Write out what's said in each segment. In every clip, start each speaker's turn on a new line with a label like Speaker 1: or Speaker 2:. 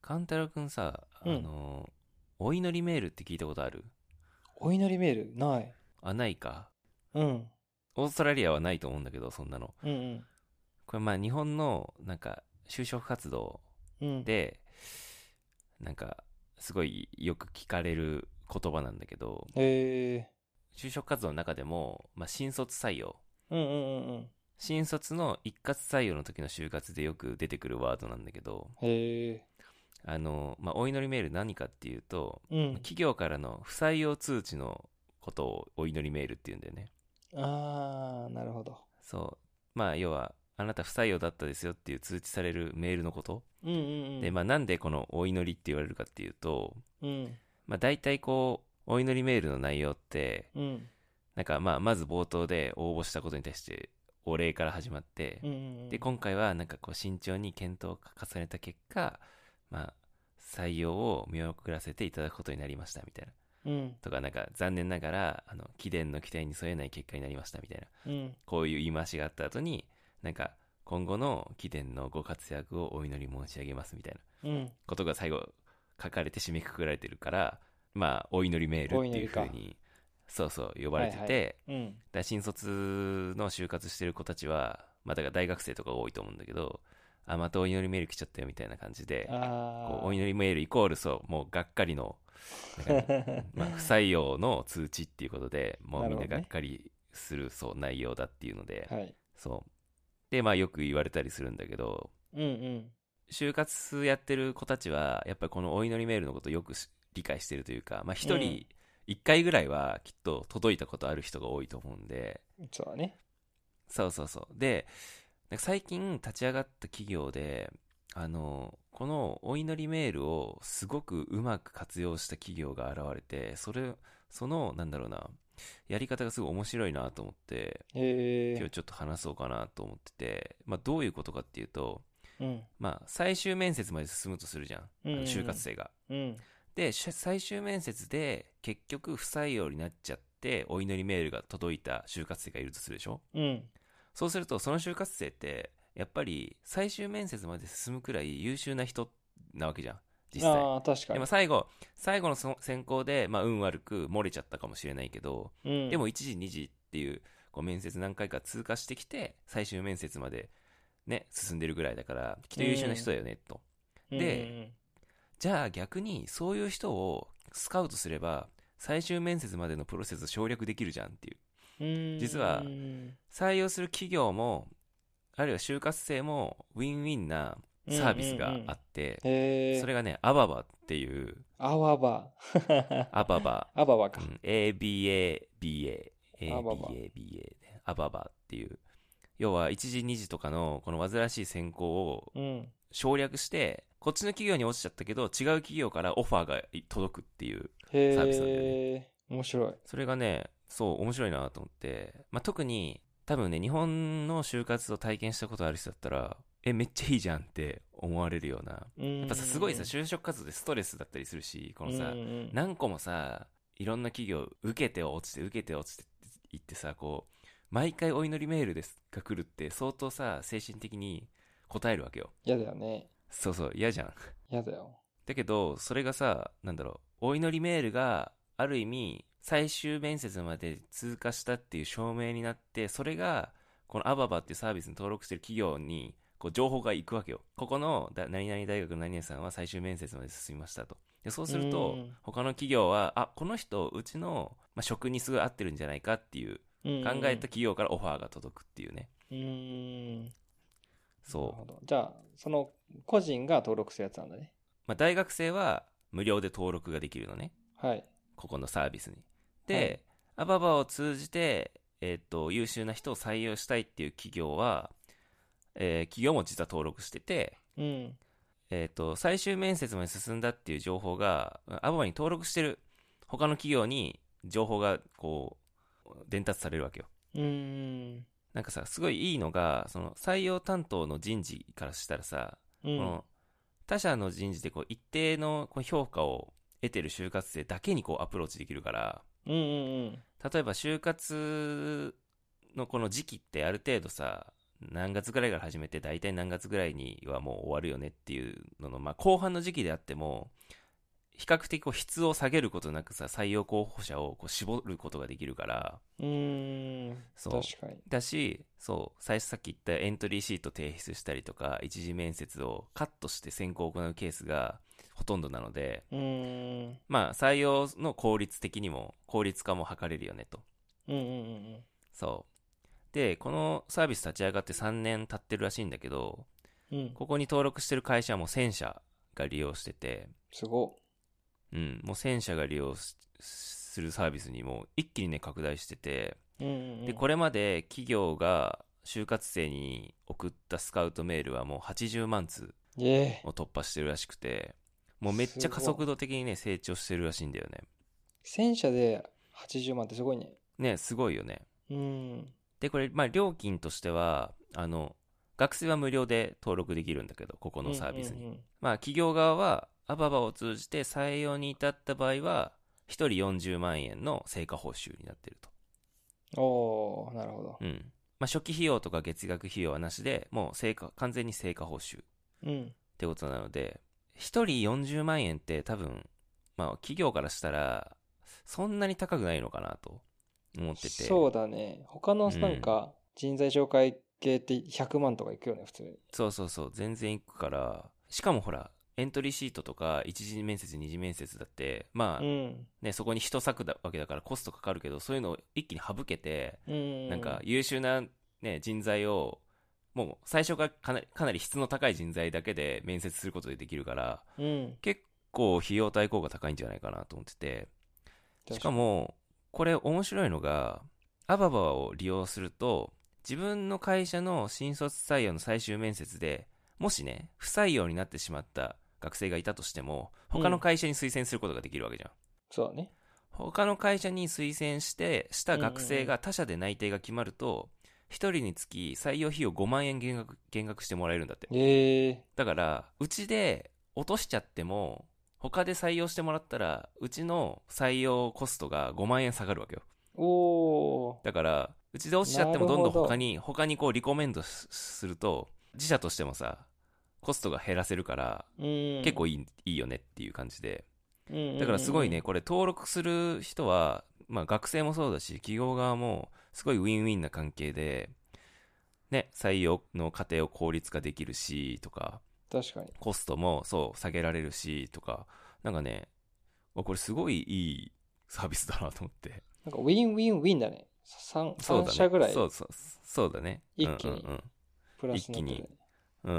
Speaker 1: 勘太郎くんさ、あ
Speaker 2: うん
Speaker 1: の、お祈りメールって聞いたことある
Speaker 2: お祈りメールない。
Speaker 1: あ、ないか。
Speaker 2: うん。
Speaker 1: オーストラリアはないと思うんだけど、そんなの。
Speaker 2: うんうん。
Speaker 1: これまあ日本の、なんか、就職活動
Speaker 2: うん。、
Speaker 1: で、なんか、すごいよく聞かれる言葉なんだけど、
Speaker 2: え
Speaker 1: 就職活動の中でも、まあ新卒採用。
Speaker 2: ー。うんうんうんうん。
Speaker 1: 新卒の一括採用の時の就活でよく出てくるワードなんだけど、
Speaker 2: え
Speaker 1: あの、まあ、お祈りメール何かっていうと、
Speaker 2: ー。うん。
Speaker 1: 企業からの不採用通知のことをお祈りメールっていうんだよね。
Speaker 2: あー、なるほど。
Speaker 1: そう。まあ、要は、あなた不採用だったですよっていう通知されるメールのこと。
Speaker 2: うんうんうん。
Speaker 1: で、まあ、なんでこのお祈りって言われるかっていうと、
Speaker 2: うん。
Speaker 1: まあ、大体こう、お祈りメールの内容って、
Speaker 2: うん。
Speaker 1: なんかまあ、まず冒頭で応募したことに対してお礼から始まって
Speaker 2: うんう、んうん。
Speaker 1: で、今回はなんかこう、慎重に検討を重ねた結果、まあ、採用を見送らせていただくことになりましたみたいな。
Speaker 2: うん。
Speaker 1: とかなんか残念ながらあの貴殿の期待に添えない結果になりましたみたいな
Speaker 2: うん。
Speaker 1: こういう言い回しがあった後になんか今後の貴殿のご活躍をお祈り申し上げますみたいな
Speaker 2: うん。
Speaker 1: ことが最後書かれて締めくくられてるからまあお祈りメールっていうふ
Speaker 2: お
Speaker 1: う
Speaker 2: 祈
Speaker 1: にそうそう呼ばれてて、
Speaker 2: はい
Speaker 1: だ
Speaker 2: はうん。
Speaker 1: から新卒の就活してる子たちはまあだから大学生とか多いと思うんだけどあまたお祈りメール来ちゃったよみたいな感じでこ
Speaker 2: あ
Speaker 1: う
Speaker 2: ー。
Speaker 1: お祈りメールイコールそうもうがっかりのなんかまあ、不採用の通知っていうことで、もうみんながっかりする、そう、内容だっていうので、
Speaker 2: はい。
Speaker 1: そう。で、まあ、よく言われたりするんだけど、
Speaker 2: うんうん。
Speaker 1: 就活やってる子たちは、やっぱりこのお祈りメールのことをよくし理解してるというか、まあ、一
Speaker 2: うん
Speaker 1: 人、一回ぐらいはきっと届いたことある人が多いと思うんで、
Speaker 2: そうだね。
Speaker 1: そうそうそう。で、なんか最近立ち上がった企業で、あの、このお祈りメールをすごくうまく活用した企業が現れて、それ、その、なんだろうな、やり方がすごい面白いなと思って、
Speaker 2: え
Speaker 1: 今日ちょっと話そうかなと思ってて、まあどういうことかっていうと、
Speaker 2: ー。うん。
Speaker 1: まあ最終面接まで進むとするじゃん。あ
Speaker 2: うんうんう
Speaker 1: の
Speaker 2: ん
Speaker 1: 就活生が。
Speaker 2: うん。
Speaker 1: で、し最終面接で結局不採用になっちゃって、お祈りメールが届いた就活生がいるとするでしょ
Speaker 2: うん。
Speaker 1: そうすると、その就活生って、やっぱり最終面接まで進むくらい優秀な人なわけじゃん、実際。
Speaker 2: あー、確か
Speaker 1: でも
Speaker 2: に。
Speaker 1: 最後、最後のその選考で、まあ運悪く漏れちゃったかもしれないけど、
Speaker 2: うん。
Speaker 1: でも1時、2時っていう、こう面接何回か通過してきて、最終面接までね、進んでるぐらいだから、きっと優秀な人だよね、と。
Speaker 2: うんうんうん、
Speaker 1: じゃあ逆に、そういう人をスカウトすれば、最終面接までのプロセスを省略できるじゃんっていう。
Speaker 2: うん
Speaker 1: 実は
Speaker 2: うん
Speaker 1: 採用する企業もあるいは就活生もウィンウィンなサービスがあって、
Speaker 2: えー、
Speaker 1: それがねアババっていう
Speaker 2: あわ ば。
Speaker 1: アババ、
Speaker 2: あばばか
Speaker 1: う。ん、ABABA
Speaker 2: ABABA
Speaker 1: ABABA アババっていう要は1時2時とかのこの煩わしい選考を
Speaker 2: うん。
Speaker 1: 省略してこっちの企業に落ちちゃったけど違う企業からオファーが届くっていう
Speaker 2: へ
Speaker 1: サービスなんだよ
Speaker 2: え、面白い。
Speaker 1: それがね、そう、面白いなと思って、まあ、特に、多分ね、日本の就活を体験したことある人だったら、え、めっちゃいいじゃんって思われるような。
Speaker 2: や
Speaker 1: やっぱさ、すごいさ、就職活動でストレスだったりするし、このさ、
Speaker 2: な
Speaker 1: 何個もさ、いろんな企業、受けて落ちて、受けて落ちていってさ、こう、毎回お祈りメールですが来るって、相当さ、精神的に応えるわけよ。
Speaker 2: 嫌だよね。
Speaker 1: そうそう、嫌じゃん。
Speaker 2: 嫌だよ。
Speaker 1: だけど、それがさ、なんだろう、お祈りメールが、ある意味、最終面接まで通過したっていう証明になって、それが、このアババっていうサービスに登録してる企業に、こう、情報が行くわけよ。ここの、だ何々大学の何々さんは最終面接まで進みましたと。で、そうすると
Speaker 2: うん、
Speaker 1: 他の企業は、あ、この人、うちの、まあ、職にすごい合ってるんじゃないかっていう、考
Speaker 2: 考
Speaker 1: えた企業からオファーが届くっていうね。
Speaker 2: うん。なる
Speaker 1: そ
Speaker 2: ほ
Speaker 1: う。
Speaker 2: ど。じゃあ、その個人が登録するやつなんだね。
Speaker 1: まあ、大学生は、無料で登録ができるのね。
Speaker 2: はい。
Speaker 1: ここのサービスに。
Speaker 2: は
Speaker 1: で
Speaker 2: い、
Speaker 1: アババを通じて、えっ、と、優秀な人を採用したいっていう企業は、えー企業も実は登録してて、
Speaker 2: うん。
Speaker 1: えっ、と、最終面接まで進んだっていう情報が、うんアババに登録してる他の企業に情報が、こう、伝達されるわけよ。
Speaker 2: うん。
Speaker 1: なんかさ、すごいいいのが、その、採用担当の人事からしたらさ、
Speaker 2: う
Speaker 1: こ
Speaker 2: ん。
Speaker 1: の他社の人事でこう一定のこう評価を得てる就活生だけにこうアプローチできるから、
Speaker 2: うんうんうん。
Speaker 1: 例えば就活のこの時期ってある程度さ何月ぐらいから始めて大体何月ぐらいにはもう終わるよねっていうのの、まあ、後半の時期であっても比較的こう質を下げることなくさ採用候補者をこう絞ることができるから
Speaker 2: うーん。
Speaker 1: そう
Speaker 2: 確かに。
Speaker 1: だしそう最初さっき言ったエントリーシート提出したりとか一次面接をカットして選考を行うケースがほとんどなので、
Speaker 2: うーん。
Speaker 1: まあ、採用の効率的にも効率化も図れるよねと
Speaker 2: うんうんうん
Speaker 1: そうでこのサービス立ち上がって3年経ってるらしいんだけど
Speaker 2: うん。うん。
Speaker 1: ここに登録してる会社はもう1000社が利用してて、
Speaker 2: すご
Speaker 1: うん、もう1000社が利用しするサービスにもう一気にね拡大してて、
Speaker 2: い。うんうんうん。
Speaker 1: でこれまで企業が就活生に送ったスカウトメールはもう80万通
Speaker 2: れ。ええ。
Speaker 1: を突破してるらしくてもうめっちゃ加速度的にね成長してるらしいんだよね
Speaker 2: 戦車で80万ってすごいね。
Speaker 1: ねすごいよね
Speaker 2: うん。
Speaker 1: でこれ、まあ、料金としてはあの学生は無料で登録できるんだけどここのサービスに、
Speaker 2: うんうんうん
Speaker 1: まあ、企業側はアババを通じて採用に至った場合は1人40万円の成果報酬になっていると、
Speaker 2: おー、なるほど。
Speaker 1: うんまあ、初期費用とか月額費用はなしでもう成果完全に成果報酬っ
Speaker 2: うん。
Speaker 1: てことなので1人40万円って多分、まあ、企業からしたらそんなに高くないのかなと思ってて
Speaker 2: そうだね。他の
Speaker 1: うん
Speaker 2: なんか人材紹介系って100万とかいくよね、普通に。
Speaker 1: そうそうそう全然行くからしかもほらエントリーシートとか一次面接二次面接だってまあ、
Speaker 2: うん。
Speaker 1: ね、そこに人割くだわけだからコストかかるけどそういうのを一気に省けて、
Speaker 2: うん。
Speaker 1: なんか優秀な、ね、人材をもう最初からかなりかなり質の高い人材だけで面接することでできるから
Speaker 2: うん。
Speaker 1: 結構費用対効果高いんじゃないかなと思っててしか
Speaker 2: も、
Speaker 1: もこれ面白いのがアババを利用すると自分の会社の新卒採用の最終面接でもしね不採用になってしまった学生がいたとしても他の会社に推薦することができるわけじゃん、
Speaker 2: そうだね。
Speaker 1: 他の会社に推薦してした学生が他社で内定が決まると1人につき採用費用5万円減額減額してもらえるんだって
Speaker 2: ええ。
Speaker 1: だからうちで落としちゃっても他で採用してもらったらうちの採用コストが5万円下がるわけよ
Speaker 2: おー。
Speaker 1: だからうちで落ちちゃってもどんどん
Speaker 2: なるほど
Speaker 1: 他に他にこうリコメンドすすると自社としてもさコストが減らせるから
Speaker 2: うん。
Speaker 1: 結構いい,、いいよねっていう感じで
Speaker 2: うんうんうんうん、
Speaker 1: だからすごいねこれ登録する人は、まあ、学生もそうだし企業側もすごいウィンウィンな関係で、ね、採用の過程を効率化できるしとか
Speaker 2: 確かに。
Speaker 1: コストもそう下げられるしとかなんかねあこれすごいいいサービスだなと思って
Speaker 2: なんかウィンウィンウィンだね。3,
Speaker 1: そうだ
Speaker 2: 三
Speaker 1: ね
Speaker 2: 社ぐらい
Speaker 1: そうそうそうだね
Speaker 2: 一気に
Speaker 1: うんうん
Speaker 2: プラス
Speaker 1: 一
Speaker 2: の
Speaker 1: 気にうん、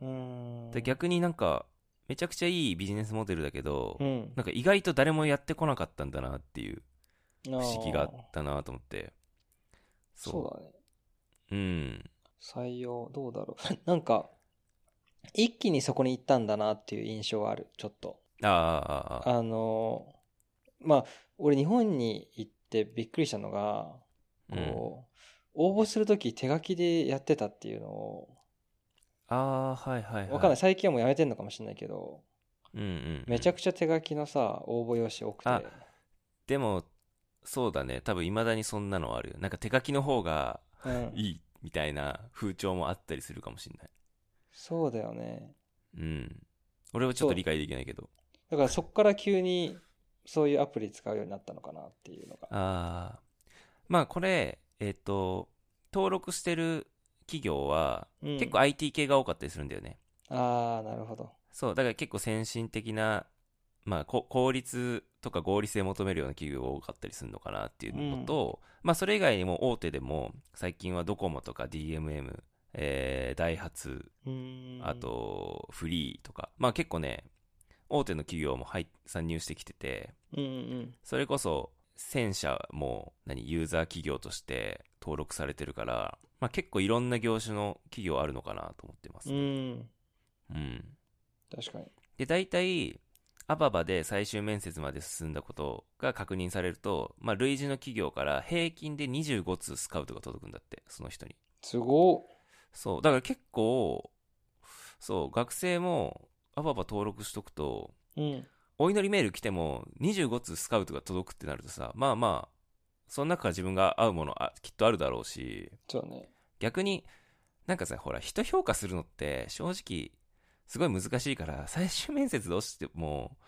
Speaker 1: うん
Speaker 2: うん。
Speaker 1: で逆になんかめちゃくちゃいいビジネスモデルだけど、
Speaker 2: うん、
Speaker 1: なんか意外と誰もやってこなかったんだなっていう
Speaker 2: 不
Speaker 1: 不思議があったなと思って
Speaker 2: そうだね。
Speaker 1: ううん
Speaker 2: 採用、どうだろう。 なんか、一気にそこに行ったんだなっていう印象はある、ちょっと。
Speaker 1: あああああ
Speaker 2: あのーまあ、俺日本に行ってびっくりしたのが、こう、応募するとき手書きでやってたっていうのを、
Speaker 1: あーはいはいはい
Speaker 2: わかんない、最近はもうやめてんのかもしれないけど、
Speaker 1: うんうん、
Speaker 2: めちゃ
Speaker 1: ちゃ
Speaker 2: くちゃ手書きのさ、応募用紙多くて。
Speaker 1: あでもそうだね多分いまだにそんなのはあるよなんか手書きの方が
Speaker 2: うん、
Speaker 1: いいみたいな風潮もあったりするかもしれない
Speaker 2: そうだよね。
Speaker 1: うん俺はちょっと理解できないけど
Speaker 2: だからそこから急にそういうアプリ使うようになったのかなっていうのが。
Speaker 1: ああまあこれえっ、と登録してる企業は
Speaker 2: うん
Speaker 1: 結構 IT 系が多かったりするんだよね、
Speaker 2: ああ、なるほど。
Speaker 1: そう、だから結構先進的な、まあ、こ効率とか合理性を求めるような企業が多かったりするのかなっていうのと、まあ、それ以外にも大手でも、最近はドコモとか DMM、えーダイハツ、
Speaker 2: うーん。
Speaker 1: あ、と、フリーとか、まあ結構ね、大手の企業も入参入してきてて、
Speaker 2: うんうん。
Speaker 1: それこそ、1000社も、何、ユーザー企業として登録されてるから、まあ結構いろんな業種の企業あるのかなと思ってます
Speaker 2: う
Speaker 1: ね。
Speaker 2: ん。
Speaker 1: うん
Speaker 2: 確かに。
Speaker 1: で、大体、アババで最終面接まで進んだことが確認されると、まあ、類似の企業から平均で25通スカウトが届くんだって、その人に。
Speaker 2: すごっ。
Speaker 1: そう、だから結構、そう、学生もアババ登録しとくと、
Speaker 2: うん。
Speaker 1: お祈りメール来ても25通スカウトが届くってなるとさ、まあまあ、その中から自分が合うものあきっとあるだろうし、
Speaker 2: そうね。
Speaker 1: 逆になんかさ、ほら、人評価するのって、正直、すごい難しいから、最終面接どうしても、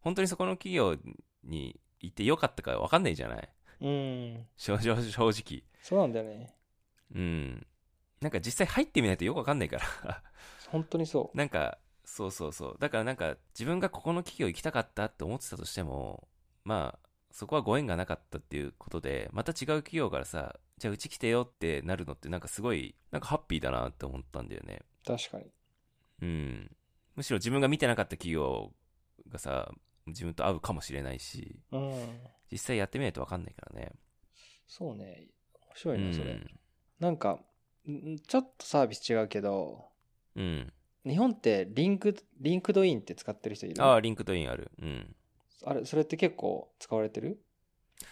Speaker 1: 本当にそこの企業に行ってよかったか分かんないじゃない
Speaker 2: うん。
Speaker 1: 正正正直。
Speaker 2: そうなんだよね。
Speaker 1: うん。なんか実際入ってみないとよく分かんないから。
Speaker 2: 本当にそ
Speaker 1: なんか、そうそうそう。だからなんか、自分がここの企業行きたかったって思ってたとしても、まあ、そこはご縁がなかったっていうことで、また違う企業からさ、じゃあうち来てよってなるのってなんかすごい、なんかハッピーだなって思ったんだよね。
Speaker 2: う。確かに。
Speaker 1: うん。むしろ自分が見てなかった企業がさ、自分と合うかもしれないし、
Speaker 2: うん。
Speaker 1: 実際やってみないとわかんないからね。
Speaker 2: そうね。面白いね、それ。
Speaker 1: うん
Speaker 2: なんか、んちょっとサービス違うけど、
Speaker 1: うん。
Speaker 2: 日本ってリンク、リンクドインって使ってる人いる
Speaker 1: ああ、リンクトインある。うん。
Speaker 2: あれ、それって結構使われてる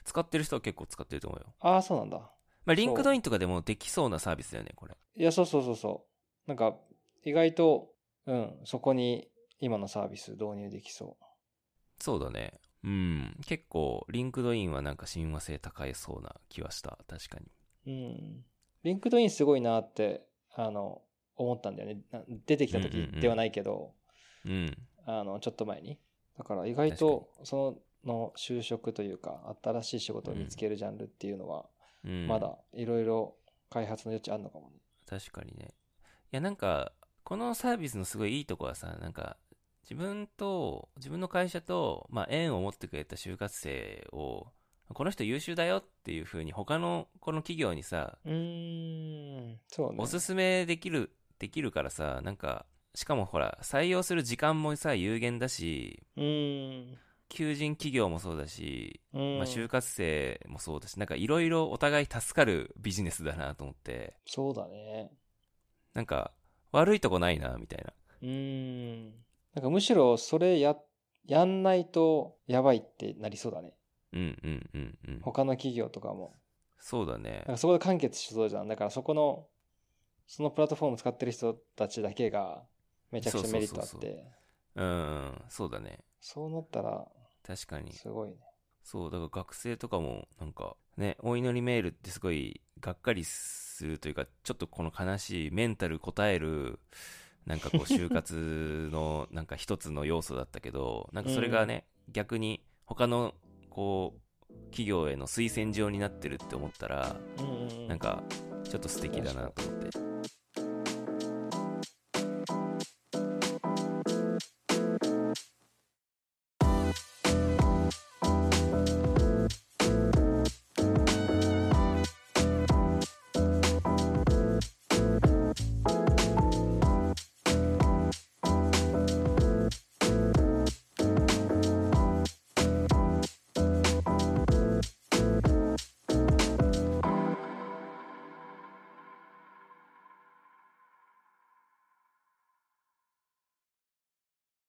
Speaker 1: 使ってる人は結構使ってると思うよ。
Speaker 2: ああ、そうなんだ。
Speaker 1: まあ、リンクトインとかでもできそうなサービスだよね、これ。
Speaker 2: いや、そうそうそうそう。なんか、意外と、うん、そこに今のサービス導入できそ
Speaker 1: そうだね。うん。結構、リンクドインはなんか親和性高いそうな気はした。確かに。
Speaker 2: う。うん。リンクドインすごいなって、あの、思ったんだよね。な出てきた
Speaker 1: うん
Speaker 2: 時
Speaker 1: うんうん
Speaker 2: ではないけど、
Speaker 1: うん。
Speaker 2: あの、ちょっと前に。だから意外と、その就職というか、新しい仕事を見つけるジャンルっていうのは、
Speaker 1: うん、
Speaker 2: まだいろいろ開発の余地あるのかもね。
Speaker 1: 確かにねいやなんかこのサービスのすごいいいとこはさなんか自分と自分の会社と、まあ、縁を持ってくれた就活生をこの人優秀だよっていう風に他のこの企業にさ
Speaker 2: うーん、そうね。
Speaker 1: おすすめできるできるからさなんかしかもほら採用する時間もさ有限だし
Speaker 2: うーん。
Speaker 1: 求人企業もそうだし、
Speaker 2: うん
Speaker 1: まあ、就活生もそうだしなんかいろいろお互い助かるビジネスだなと思って
Speaker 2: そうだね。
Speaker 1: なんか悪いとこないなみたいな
Speaker 2: うーん。なんかむしろそれや、やんないとやばいってなりそうだね。
Speaker 1: うんうんうんうん
Speaker 2: 他の企業とかも。
Speaker 1: そうだね
Speaker 2: なんかそこで完結しそうじゃん。だからそこの、そのプラットフォーム使ってる人たちだけがめちゃくちゃメリットあっ
Speaker 1: そうそう
Speaker 2: て。
Speaker 1: うんそうだね
Speaker 2: そうなったら、
Speaker 1: 確かに
Speaker 2: すごいね。
Speaker 1: そうだから学生とかもなんかねお祈りメールってすごいがっかりするというかちょっとこの悲しいメンタル応えるなんかこう就活の なんか一つの要素だったけどなんかそれがね、逆に他のこう企業への推薦状になってるって思ったら
Speaker 2: うんうんうん
Speaker 1: なんかちょっと素敵だなと思って